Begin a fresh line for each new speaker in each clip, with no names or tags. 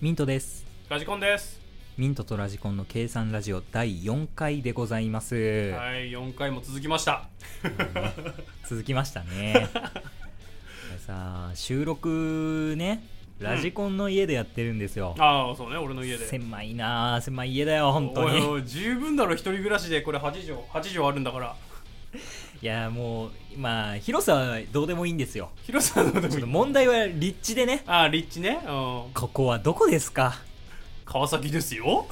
ミントです
ラジコンです。
ミントとラジコンの計算ラジオ第4回でございます、
はい、4回も続きました。
続きました ねこれさあ収録ねラジコンの家でやってるんですよ、
ああ、そうね、俺の家で。
狭いなあ狭い家だよ本当に
おいおい十分だろ、一人暮らしでこれ8畳、8畳あるんだから。
いやもうまあ広さはどうでもいいんですよ
広さので
ちょっと
もいい。
問題は立地でね
ああ、立地ね。うん。
ここはどこですか、
川崎ですよ。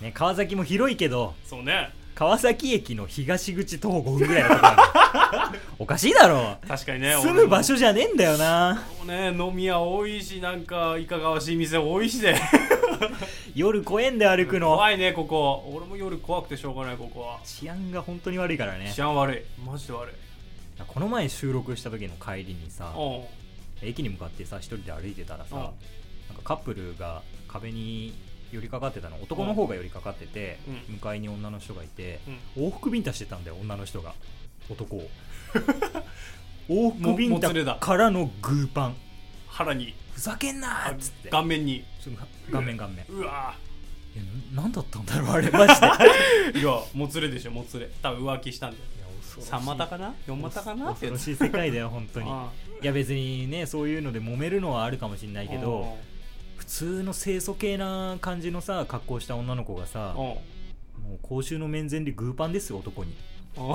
ね、川崎も広いけど
そうね。
川崎駅の東口徒歩5分ぐらいのとこある おかしいだろ
確か にね。
住む場
俺
所じゃねえんだよな
も。もうね、飲み屋多いし、なんか、いかがわしい店多いしで。
夜公園で歩くの
怖いね、ここ。俺も夜怖くてしょうがない、ここは。
治安が本当に悪いからね
治安悪い。マジで悪い。
この前収録した時の帰りにさ
うん。
駅に向かってさ一人で歩いてたらさ
うん
なんかカップルが壁に寄りかかってたの男の方が寄りかかってて
う
向かいに女の人がいて
うん
往復ビンタしてたんだよ女の人が男 を往復
も
ビン
もつれ
タ
だ
からのグーパン
腹に、
ふざけんなーっつって
顔面に。
その顔面顔面
うわ
いやななんだったんだろうあれマジでいや
ぁ。 いや、もつれでしょ、もつれ。多分浮気したんだよ。
恐ろしい
3股かな ?4 股かなっ
恐
てや
ろ
つ
しい世界だよ本当に
あ
いや別にねそういうので揉めるのはあるかもしれな
あ
いけど普通の清楚系な感じのさ格好した女の子がさ
うん
もう公衆の面前でグーパンですよ男に
うん
め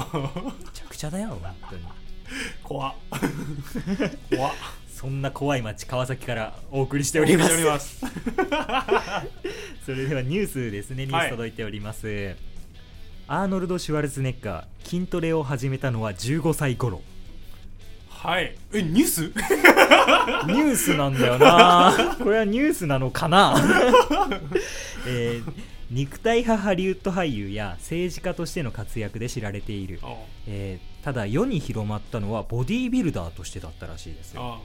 ちゃくちゃだよ本当に
怖っ怖っ
そんな怖い街川崎からお送りしております
お送りしており
それではニュースですねニュース届いております、アーノルド・シュワルツェネッガー筋トレを始めたのは15歳頃
ますはいえニュース
ニュースなんだよなこれはニュースなのかな、 えー肉体派ハリウッド俳優や政治家としての活躍で知られている
う、ん
えーただ世に広まったのはボディービルダーとしてだったらしいです
うん
よ、
は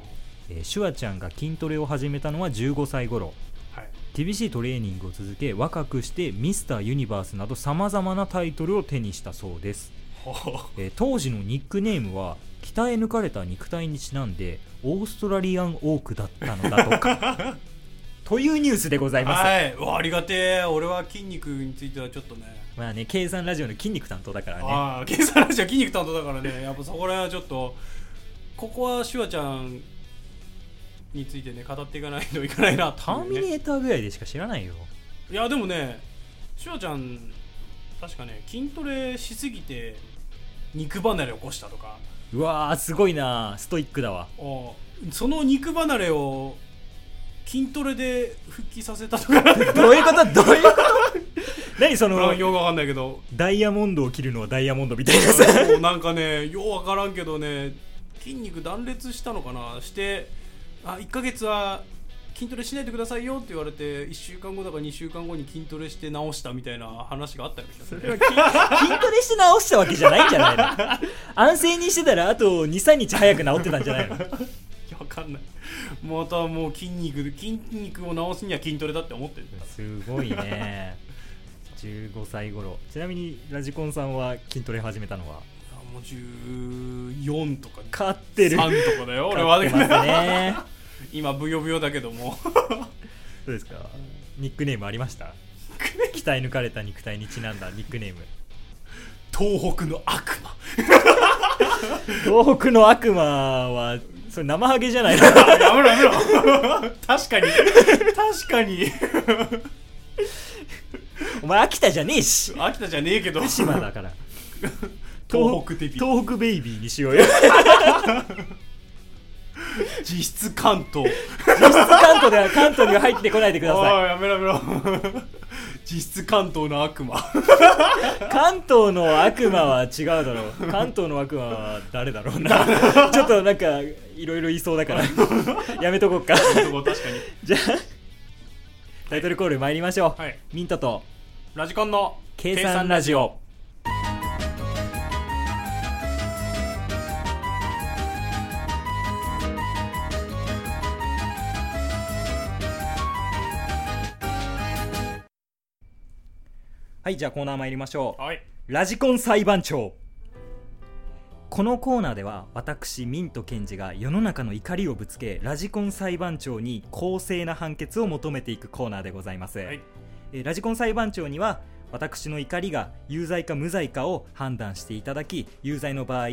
えーシュワちゃんが筋トレを始めたのは15歳頃
い
厳しいトレーニングを続け若くしてミスターユニバースなどさまざまなタイトルを手にしたそうです、
ほほ
えー当時のニックネームは鍛え抜かれた肉体にちなんでオーストラリアンオークだったのだとか というニュースでございます、
はいわありがてえ俺は筋肉についてはちょっとね
まあね計算ラジオの筋肉担当だからね
ああ検査ラジオ筋肉担当だからねやっぱそこら辺はちょっとここはシュワちゃんについてね語っていかないといかないな
タ
た
ーミネーターぐらいでしか知らないよ
いやでもねシュワちゃん確かね筋トレしすぎて肉離れ起こしたとか
うわーすごいなストイックだわ
おその肉離れを筋トレで復帰させたとかな ん
どういうことどういうこと 何そ
か
の
よくわかんないけど
ダイヤモンドを切るのはダイヤモンドみたいなさ
そうなんかねようわからんけどね筋肉断裂したのかなしてあ1ヶ月は筋トレしないでくださいよって言われて1週間後だか2週間後に筋トレして直したみたいな話があったような気がする
筋トレして直したわけじゃないんじゃない の安静にしてたらあと23日早く治ってたんじゃないの
いやわかんないまたもう筋肉筋肉を直すには筋トレだって思ってる
すごいね15歳頃ちなみにラジコンさんは筋トレ始めたのは
あもう14とか
勝ってる
3とかだ よ俺
勝って
は
ますね
今ブヨブヨだけ ども
どうですかニックネームありました鍛え抜かれた肉体にちなんだニックネーム
東北の悪魔
東北の悪魔はそれ生ハゲじゃないの
やめろやめろ 確かに確かに
お前秋田じゃねえし
秋田じゃねえけど
福島だから
東北的
東北ベイビーにしようよ
実質関東
実質関東では関東には入ってこないでくだ
おい
さ
やめろやめろ 実質関東 の悪魔
い関東の悪魔は違うだろう関東の悪魔は誰だろうなちょっとなんかいろいろ言いそうだ からやめとこ うか
確か
じゃあタイトルコール参りましょう、
にはい
ミントと
ラジコンの
計算ラジオはいじゃあコーナー参りましょう
はい
ラジコン裁判長このコーナーでは私ミント賢治が世の中の怒りをぶつけラジコン裁判長に公正な判決を求めていくコーナーでございます、
はい
えーラジコン裁判長には私の怒りが有罪か無罪かを判断していただき有罪の場合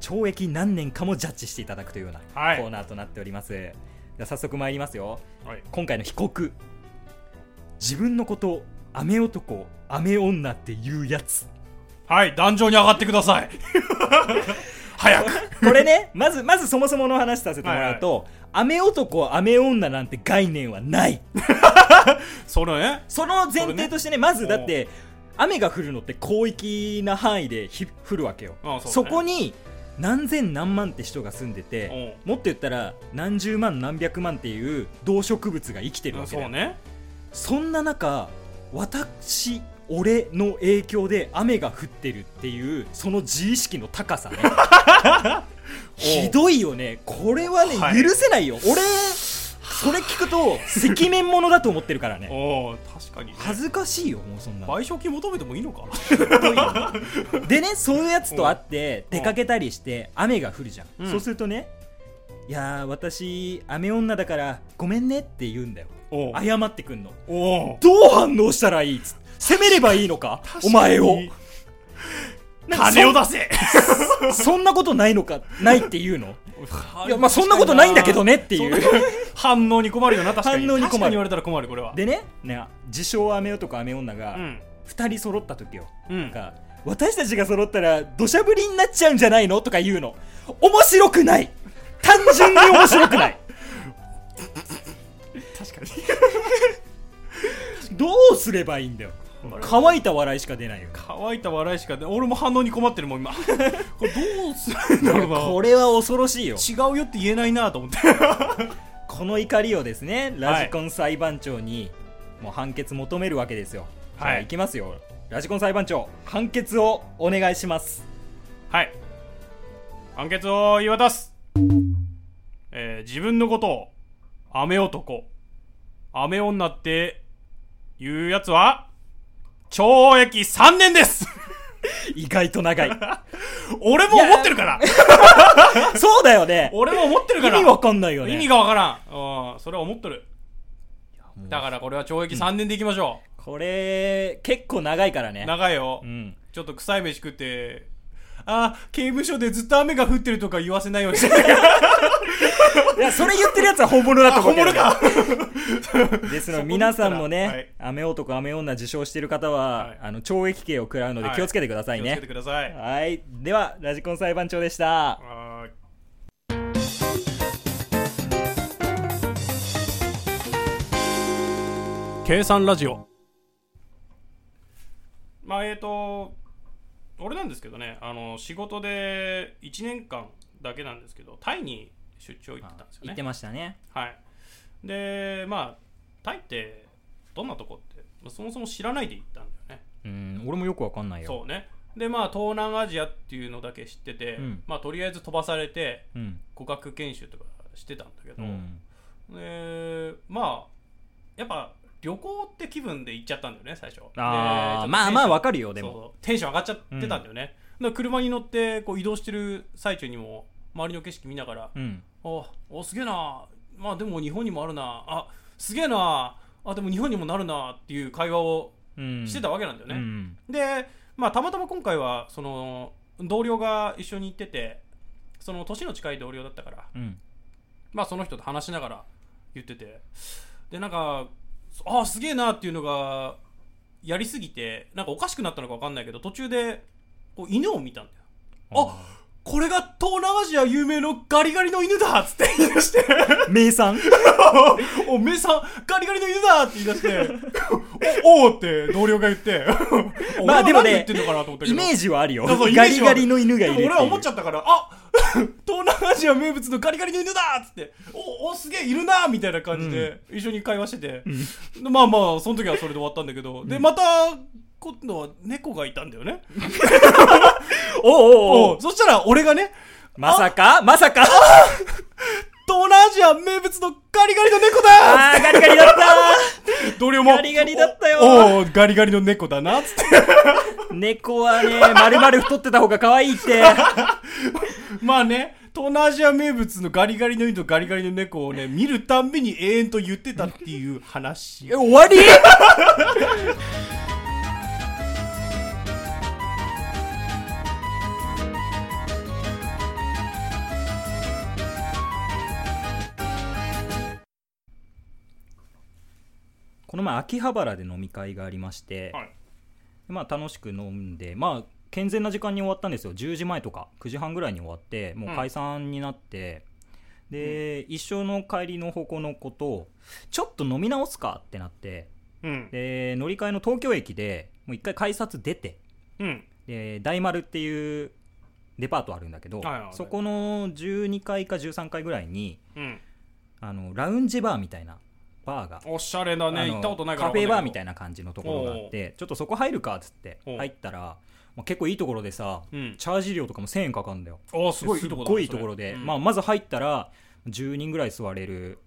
懲役何年かもジャッジしていただくというような
はい
コーナーとなっております、では早速参りますよ
はい
今回の被告自分のことを雨男雨女って言うやつ
はい壇上に上がってくだ さい早く
これねまずまずそもそもの話させてもらうと、雨男雨女なんて概念はない
それね
その前提としてねまずだって雨が降るのって広域な範囲でひ降るわけよ
ああ
そ,、
そうね
こに何千何万って人が住んでてもっと言ったら何十万何百万っていう動植物が生きてるわけだ
そ
よ
うね
そんな中私俺の影響で雨が降ってるっていうその自意識の高 さねひどいよねこれはね、
はい
許せないよ俺それ聞くと赤面者だと思ってるからね
おお確かにね
恥ずかしいよもうそんなの
賠償金求めてもいいのか
でねそういうやつと会って出かけたりして雨が降るじゃん、
うん
そうするとねいやー私雨女だからごめんねって言うんだよ
おう
謝ってくんの
おお
どう反応したらいいっつって責めればいいのかお前をなんかそ
金を出 せ
そんなことないのかないって言うのいやまあそんなことないんだけどねっていう
そんな 反応に困るよな確かに
反応に困る
確かに言われたら困るこれは
でねね自称雨男雨女
う
が
ん
2人揃った時よ、
うん
なんか私たちが揃ったら土砂降りになっちゃうんじゃないのとか言うの面白くない単純に面白くない
確かに
どうすればいいんだよ
これ
乾いた笑いしか出ない よ
乾いた笑いしか出ない俺も反応に困ってるもん今これどうするんだ ろうな
これは恐ろしいよ
違うよって言えないなと 思って
この怒りをですねラジコン裁判長にもう判決求めるわけですよ、
はい
じゃあいきますよラジコン裁判長判決をお願いします
はい判決を言い渡す、えー自分のことを雨男雨女っていうやつは懲役3年です
意外と長い
俺も思ってるから
そうだよ ね
俺も思ってる
意
から
味わかんないよね
意味がわからんうんそれは思ってる
もう
だからこれは懲役3年でいきましょ
これ結構長いから
う、
ね
長いよ、
うん
ちょっと臭い飯食って、あー、刑務所でずっと雨が降ってるとか言わせないようにしてたけど
いやそれ言ってるやつは本物だと思うけどね
あ
ですので皆さんもね、
はい
雨男雨女受賞してる方は、
はい
あの懲役刑を食らうので
はい
気をつけてください
気をつ
ね
けてください。
はいではラジコン裁判長でした
はーい計算ラジオまあえっ、と俺なんですけどねあの仕事で1年間だけなんですけどタイに出張行ってたんですよ
言
ね
ってましたね
はい、でまあタイってどんなとこって、まあそもそも知らないで行ったんだよね
うん俺もよくわかんないよ
そうねでまあ東南アジアっていうのだけ知ってて、
うん
まあとりあえず飛ばされて
うん
語学研修とかしてたんだけ
う
ど、
ん
でまあやっぱ旅行って気分で行っちゃったんだよね最初
ああまあまあわ
か
かるよ
る
でも
テンション上がっちゃってたんだよね、だから車に乗ってこう移動してる最中にも周りの景色見ながら、
うん
あおすげえなまあでも日本にもあるなあすげえなあでも日本にもなるなっていう会話を
うん
してたわけなんだよ
う
ね、
ん
で、まあ、たまたま今回はその同僚が一緒に行っててその年の近い同僚だったから、
うん
まあ、その人と話しながら言っててでなんかあすげえなっていうのがやりすぎてなんかおかしくなったのか分かんないけど途中でこう犬を見たんだよあこれが東南アジア有名のガリガリの犬だっつって言い出して
名産
おめえさん、ガリガリの犬だって言い出して、お、おーって同僚が言って、
まあでもね
俺は何言ってんのかなと思ったけど。
イメージはあるよ
そうそうイメ
ガ
ー
リ
ジは
ガリの犬がいるって
で
い
も
う
俺は思っちゃった から、あ東南アジア名物のガリガリの犬だっつって、お、お、すげえ、いるなみたいな感じで、一緒に会話してて、でまあまあ、その時はそれで終わったんだけど、で、また、今度は猫がいたんだよね。
おうおうお
お
う
そしたら俺がね、
まさかまさか
東南アジア名物のガリガリの猫だ
あーガリガリだった
同僚も。
ガリガリだったよ
おおーガリガリの猫だなっつって。
猫はね、まるまる太ってた方が可愛いって。
まあね東南アジア名物のガリガリの犬とガリガリの猫をね見るたんびに永遠と言ってたっていう話
え終わりこの前秋葉原で飲み会がありまして、
はい
まあ楽しく飲んでまあ健全な時間に終わったんですよ10時前とか9時半ぐらいに終わってもう解散になって、で、一生の帰りの方向の子とちょっと飲み直すかってなって
うん
で乗り換えの東京駅でもう一回改札出て
うん
で大丸っていうデパートあるんだけど、
はいはい
そこの12階か13階ぐらいに
うん
あのラウンジバーみたいなバーが、
おしゃれだ
あ
ね
の
行ったことないから
カフェバーみた
い
いな感じのところがあってちょっとそこ入るかっつって
おう
入ったら、まあ、結構いいところでさ
なうん
チャージ料とかも1000円かかるんだよ
ああすごいいいとこだね
すっごいいいところで、
それ
まあ、
うん
まず入ったら10人ぐらい座れる、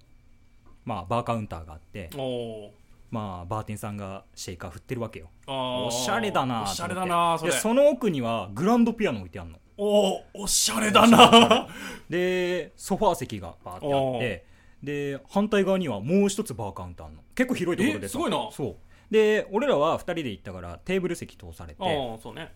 まあ、バーカウンターがあって、
おー
まあ、バーテンさんがシェイカー振ってるわけよ
あー
おしゃれだな
お
と思って
しゃれだなそれ
でその奥にはグランドピアノ置いてあるの
おーおしゃれだな
でソファー席がバーってあってで反対側にはもう一つバーカウンターあんの結構広いところで
えすごいな
そうで俺らは2人で行ったからテーブル席通され
あ
て
あそうね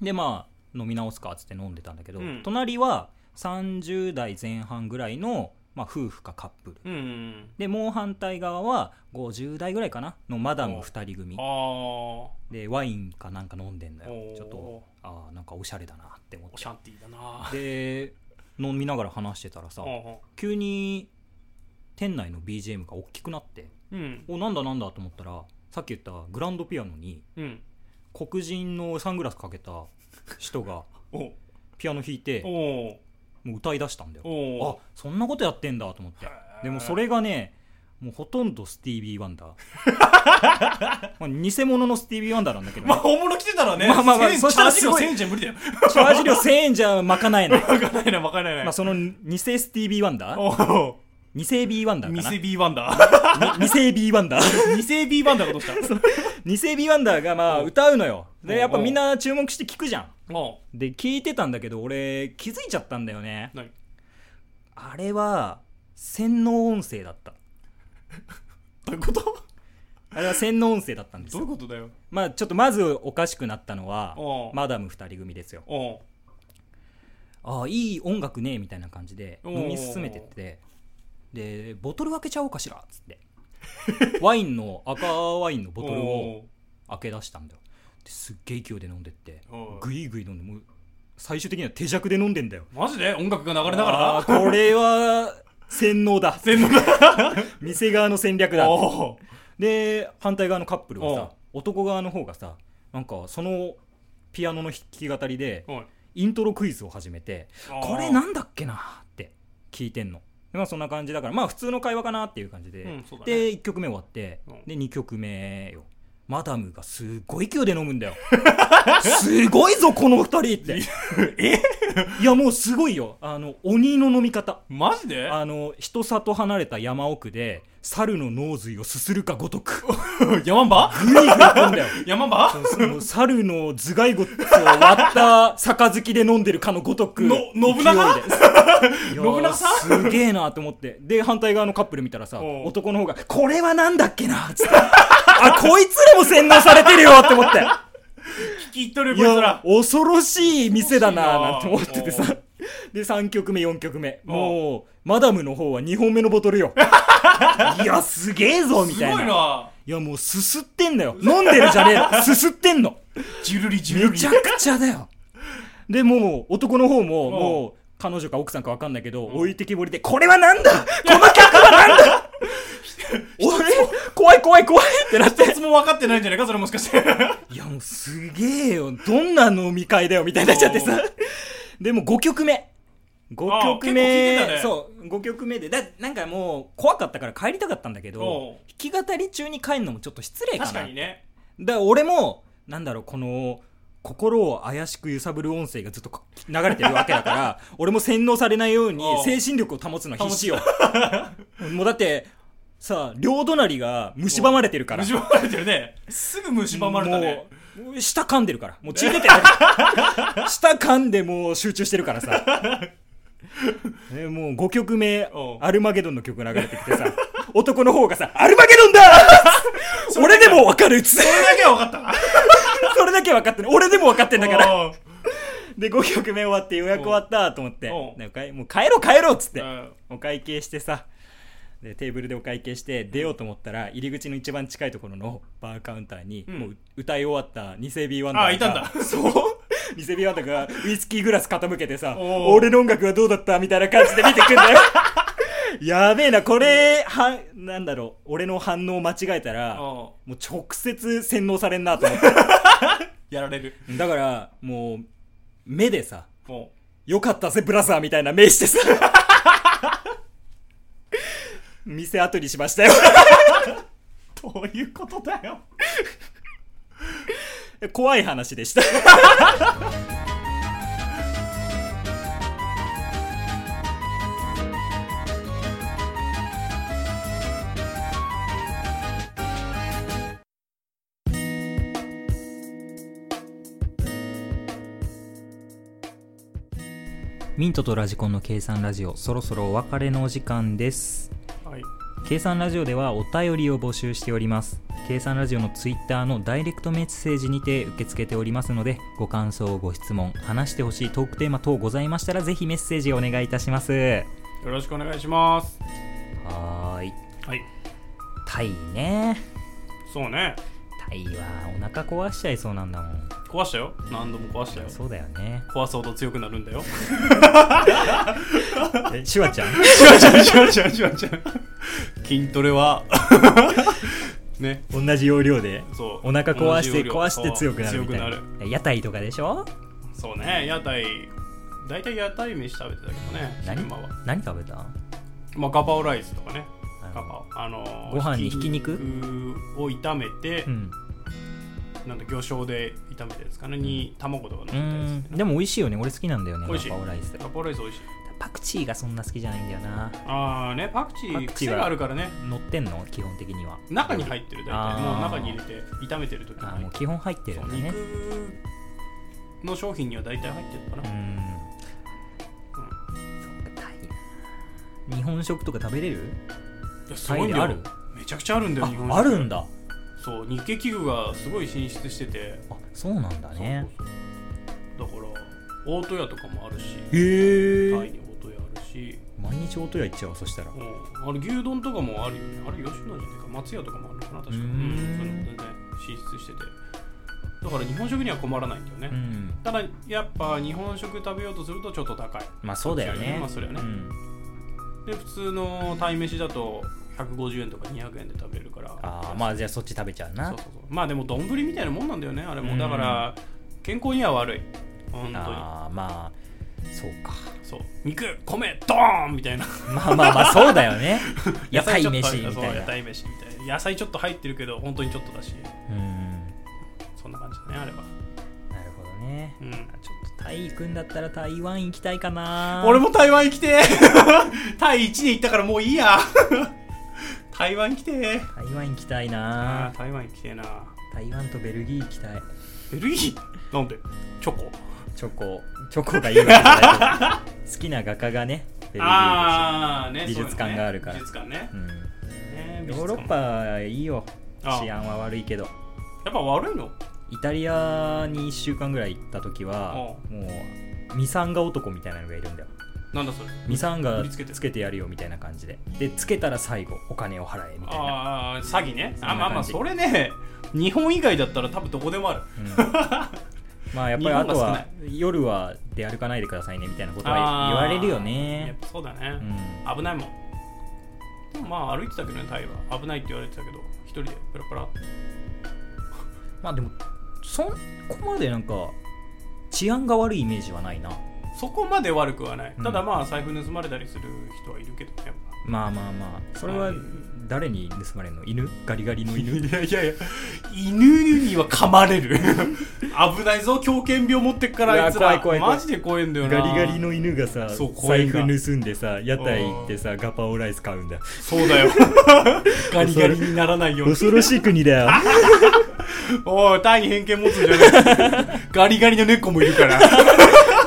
でまあ飲み直すかっつって飲んでたんだけど、
うん
隣は30代前半ぐらいの、まあ、夫婦かカップル
うん
でもう反対側は50代ぐらいかなのマダム2人組
ああ
でワインかなんか飲んでんだよ
おー
ちょっとああなんかおしゃれだなって思っ
お
て
シャンティーだな
で飲みながら話してたらさ急に店内の BGM が大きくなって
うん
おなんだなんだと思ったらさっき言ったグランドピアノに
うん
黒人のサングラスかけた人が
お
ピアノ弾いて
おお
もう歌い出したんだよあ
お
そんなことやってんだと思って
へー
でもそれがねもうほとんどスティービー・ワンダー まあ偽物のスティービー・ワンダーなんだけど、ね
まあ本物来てたらね
まあまあまあ
千
そしたら
チ
す
ャー
ごい
ジ料1000円じゃ無理だよ
チャージ料1000円じゃまかないの、
わかんないなわかんない
まあ、
な
その偽スティービー・ワンダー
おお
偽ビー・ワンダー
ミ
か
セビーワンダ ー
なに偽ビー・ワンダー
ミセビーワンダーがど うした
偽ビワンダーがまあ
うん
歌うのよ
う
で
ん
やっぱみんな注目して聞くじゃん
おう
で聞いてたんだけど俺気づいちゃったんだよね
何
あれは洗脳音声だった
どういうこと
あれは洗脳音声だったんです
どういう
よ
ことだよ
まあちょっとまずおかしくなったのは
うん
マダム2人組ですよ
おう
ああいい音楽ねみたいな感じで
おー
飲み進めてってでボトル開けちゃおうかしらっつってワインの赤ワインのボトルを開け出したんだよですっげえ勢いで飲んでって
おう
ぐいぐい飲んでもう最終的には手酌で飲んでんだよ
マジで音楽が流れなが
あ
ら
ーこれは洗脳だ
全部だ
店側の戦略だ
おう
で反対側のカップルはさ男側の方がさなんかそのピアノの弾き語りで
おい
イントロクイズを始めてこれなんだっけなって聞いてんのでまあそんな感じだからまあ普通の会話かなっていう感じで、
うんそうだね
で1曲目終わって、
うん
で2曲目よマダムがすごい勢いで飲むんだよ すごいぞこの2人ってえ いやもうすごいよあの鬼の飲み方
マジで
あの人里離れた山奥で猿の脳髄をすするかごとく
山場
グイグイ飲んだよ
山場
その猿の頭蓋骨を割った杯で飲んでるかのごとく
の 信長
勢いでいやー
信長さ
すげえなと思ってで反対側のカップル見たらさ
おう
男の方が「これはなんだっけな」っつって「あこいつらも洗脳されてるよ」って思 って
聞き入っとるよ
い
こいつ
や
ら
恐ろしい店だななんて思っててさ
恐ろ
で3曲目4曲目
おう
もうマダムの方は2本目のボトル よいやすげえぞみ
す
たい
ご
ない
ない
やもうすすってんだよ飲んでるじゃねえのすすってんの
ジュルリジュル
め
リ
ちゃくちゃだよでもう男の方も
ん
もう彼女か奥さんか分かんないけど、置いてきぼりで「これはなんだこの曲はなん だ俺怖い怖い怖い!」ってなって
いつも分かってないんじゃないかそれもし かして
いやもうすげえよどんな飲み会だよみたいになっちゃってさでも5曲目5曲
あ
目、
あ結構聞いてたね
そう5曲目でだなんかもう怖かったから帰りたかったんだけ
おう
ど弾き語り中に帰るのもちょっと失礼かな
確かにね
だから俺もなんだろうこの心を怪しく揺さぶる音声がずっとこ流れてるわけだから 俺も洗脳されないように
おう
精神力を保つのは必死よもうだってさ両隣が蝕まれてるから
蝕まれてるねすぐ蝕まれたね
もう、舌噛んでるから。もう血出てる。舌噛んでもう集中してるから さねもう5曲目
うん
アルマゲドンの曲流れてきてさ男の方がさ「アルマゲドンだ!」俺でも分かるっつって
それだけは分かっ
それだけ分かってる俺でも分かってん
た
だから
うん
で5曲目終わって予約終わったと思って
おう
なんかもう帰ろう帰ろうっつって
うん
お会計してさでテーブルでお会計して出ようと思ったら入り口の一番近いところのバーカウンターに
うん
もう歌い終わったニセ B ワンダ
あ
ー
いた んだ
そうニセ B ワンダーがウイスキーグラス傾けてさ
おう
俺の音楽はどうだったみたいな感じで見てくん だよやべえなこれはなんだろう俺の反応間違えたらも
う
う直接洗脳されんなと思っ
んやられる
てだからもう目でさ
も
よかったぜ、ブラザーみたいな目してさ。 店後にしましたよ。
うどういうことだよ
怖い話でした。ミントとラジコンの計算ラジオ、そろそろお別れのお時間です。
はい
計算ラジオではお便りを募集しております計算ラジオのツイッターのダイレクトメッセージにて受け付けておりますのでご感想ご質問話してほしいトークテーマ等ございましたらぜひメッセージお願いいたします
よろしくお願いします
はーい
はい
タイね
そうね
タイはお腹壊しちゃいそうなんだもん
壊したよ何度も壊したよ
そうだよね
壊すほど強くなるんだよ
えシュワちゃん
シュワちゃんシュワちゃんシュワちゃん筋トレは ね
同じ要領で
そう
お腹壊し
同じ要
て
領
壊して強くなる
そう
みたいな
強くな
屋台とかでしょ
そうね屋台大体屋台飯食べてたけどね
何
昼間は
何食べた
まあガパオライスとかね
あの
ガパオあのー
ご飯にひき肉
を炒めて、
うん
なんだ魚醤で炒めてですかねに卵とか
う
乗ったや
ん
つ
でも美味しいよね俺好きなんだよね
美味しい
ガパオライス
ガパオライス美味しい
パクチーがそんな好きじゃないんだよな
ああねパクチ
パ
ー
クチーは
癖があるからね
乗ってんの基本的には
中に入ってる大
あ
体
ー
もう中に入れて炒めてる時に
あ
入
も
っ
う
て
基本入って
る
る
そうん
だね
肉の商品には大体入ってるか
う
な、
んそっかタイな日本食とか食べれる
いやす
タ
ごい
イ
ん
で
だよ
ある
めちゃくちゃあるんだよ日本
ああるんだ
そう日系器具がすごい進出してて
あそうなんだね
そうそうそうだから大戸屋とかもあるし
へ
タイ
え
に大戸屋あるし、
毎日音屋行っちゃうわそしたら
うん、あれ牛丼とかもあるよねあれ吉野じゃないか松屋とかもあるのかな確か
う
に
ーん
そういうのも全然進出しててだから日本食には困らないんだよね、
うん
ただやっぱ日本食食べようとするとちょっと高い
まあそうだよね
まあそれはね
うん
で普通の鯛めしだと150円とか200円で食べるから
ああまあじゃあそっち食べちゃうな
そうそうそうまあでも丼みたいなもんなんだよねあれもだか
う
ら健康には悪い本当
ああまあそうか
にそう肉米ドーン みたいな
まあまあまあそうだよ ね屋
菜
台
ちょっと
飯み
そう
たい
屋
な
台飯みたいな野菜ちょっと入ってるけど本当にちょっとだし
うん
そんな感じだねあれば
なるほどね
うん
ちょっとタイ行くんだったら台湾行きたいかな
俺も台湾行きてー タイ1年行ったからもういいや 台湾行きてー
台湾行きたい
あ
な
ー台湾行きてーな
台湾とベルギー行きたい
ベルギーなんでチョコ
チョコチョコがいいわけじゃないけ ど好きな画家がねベルギー
ああね
美術館があるから
美術館ね
で、
ね
うん、
美
ヨー
術
ロ
館
ッパいいよ
あ
治安は悪いけど
やっぱ悪いの
イタリアに1週間ぐらい行った時はもうミサンガ男みたいなのがいるんだよ
なんだそれ
ミサンガ
売りつけてる
つけてやるよみたいな感じででつけたら最後お金を払えみたいな、
ああ詐欺ね
そんな感
あ
じ
まあまあそれね 日本以外だったら多分どこでもある
うんまあやっぱりあと
日本が
は夜は出歩かないでくださいねみたいなことは
あー
言われるよ
やっ
ね
ぱそうだ
う
ね、
ん
危ないもんでもまあ歩いてたけどねタイは危ないって言われてたけど一人でペラペラって
まあでもそんここまでなんか治安が悪いイメージはないな
そこまで悪くはない、
うん
ただまあ財布盗まれたりする人はいるけどねやっ
まあまあまあそれは
うん
誰に盗まれるの犬ガリガリの 犬
ぱいやいやいや犬には噛まれる危ないぞ狂犬病持ってっから
うわ
あいつら
怖い怖い怖い
マジで怖いんだよな
ガリガリの犬がさ
そう怖い
財
ん
布
だ
盗んでさ屋台行ってさガパオライス買うんだ
そうだよ ガリガリにならないように
恐ろしい国だ よ
おいタイに偏見持つんじゃないガリガリの猫もいるから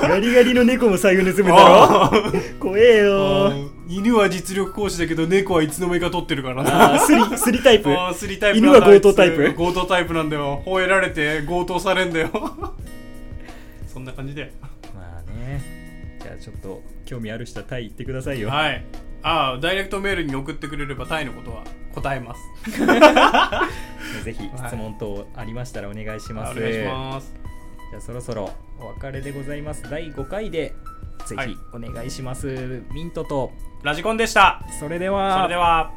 ガリガリの猫も財布盗むだろ 怖えよー
犬は実力行使だけど猫はいつの間にか取ってるからな
あースリスリタイプ
あースリタイプ
犬は強盗タイプ
なんだあいつ強盗タイプなんだよ吠えられて強盗されんだよ そんな感じで
まあねじゃあちょっと興味ある人はタイ行ってくださいよ
はいああダイレクトメールに送ってくれればタイのことは答えます
ぜひ質問等ありましたらお願いします
お願いします
じゃあそろそろお別れでございます第5回でぜひお願いします、ミントと
ラジコンでした
それで
それでは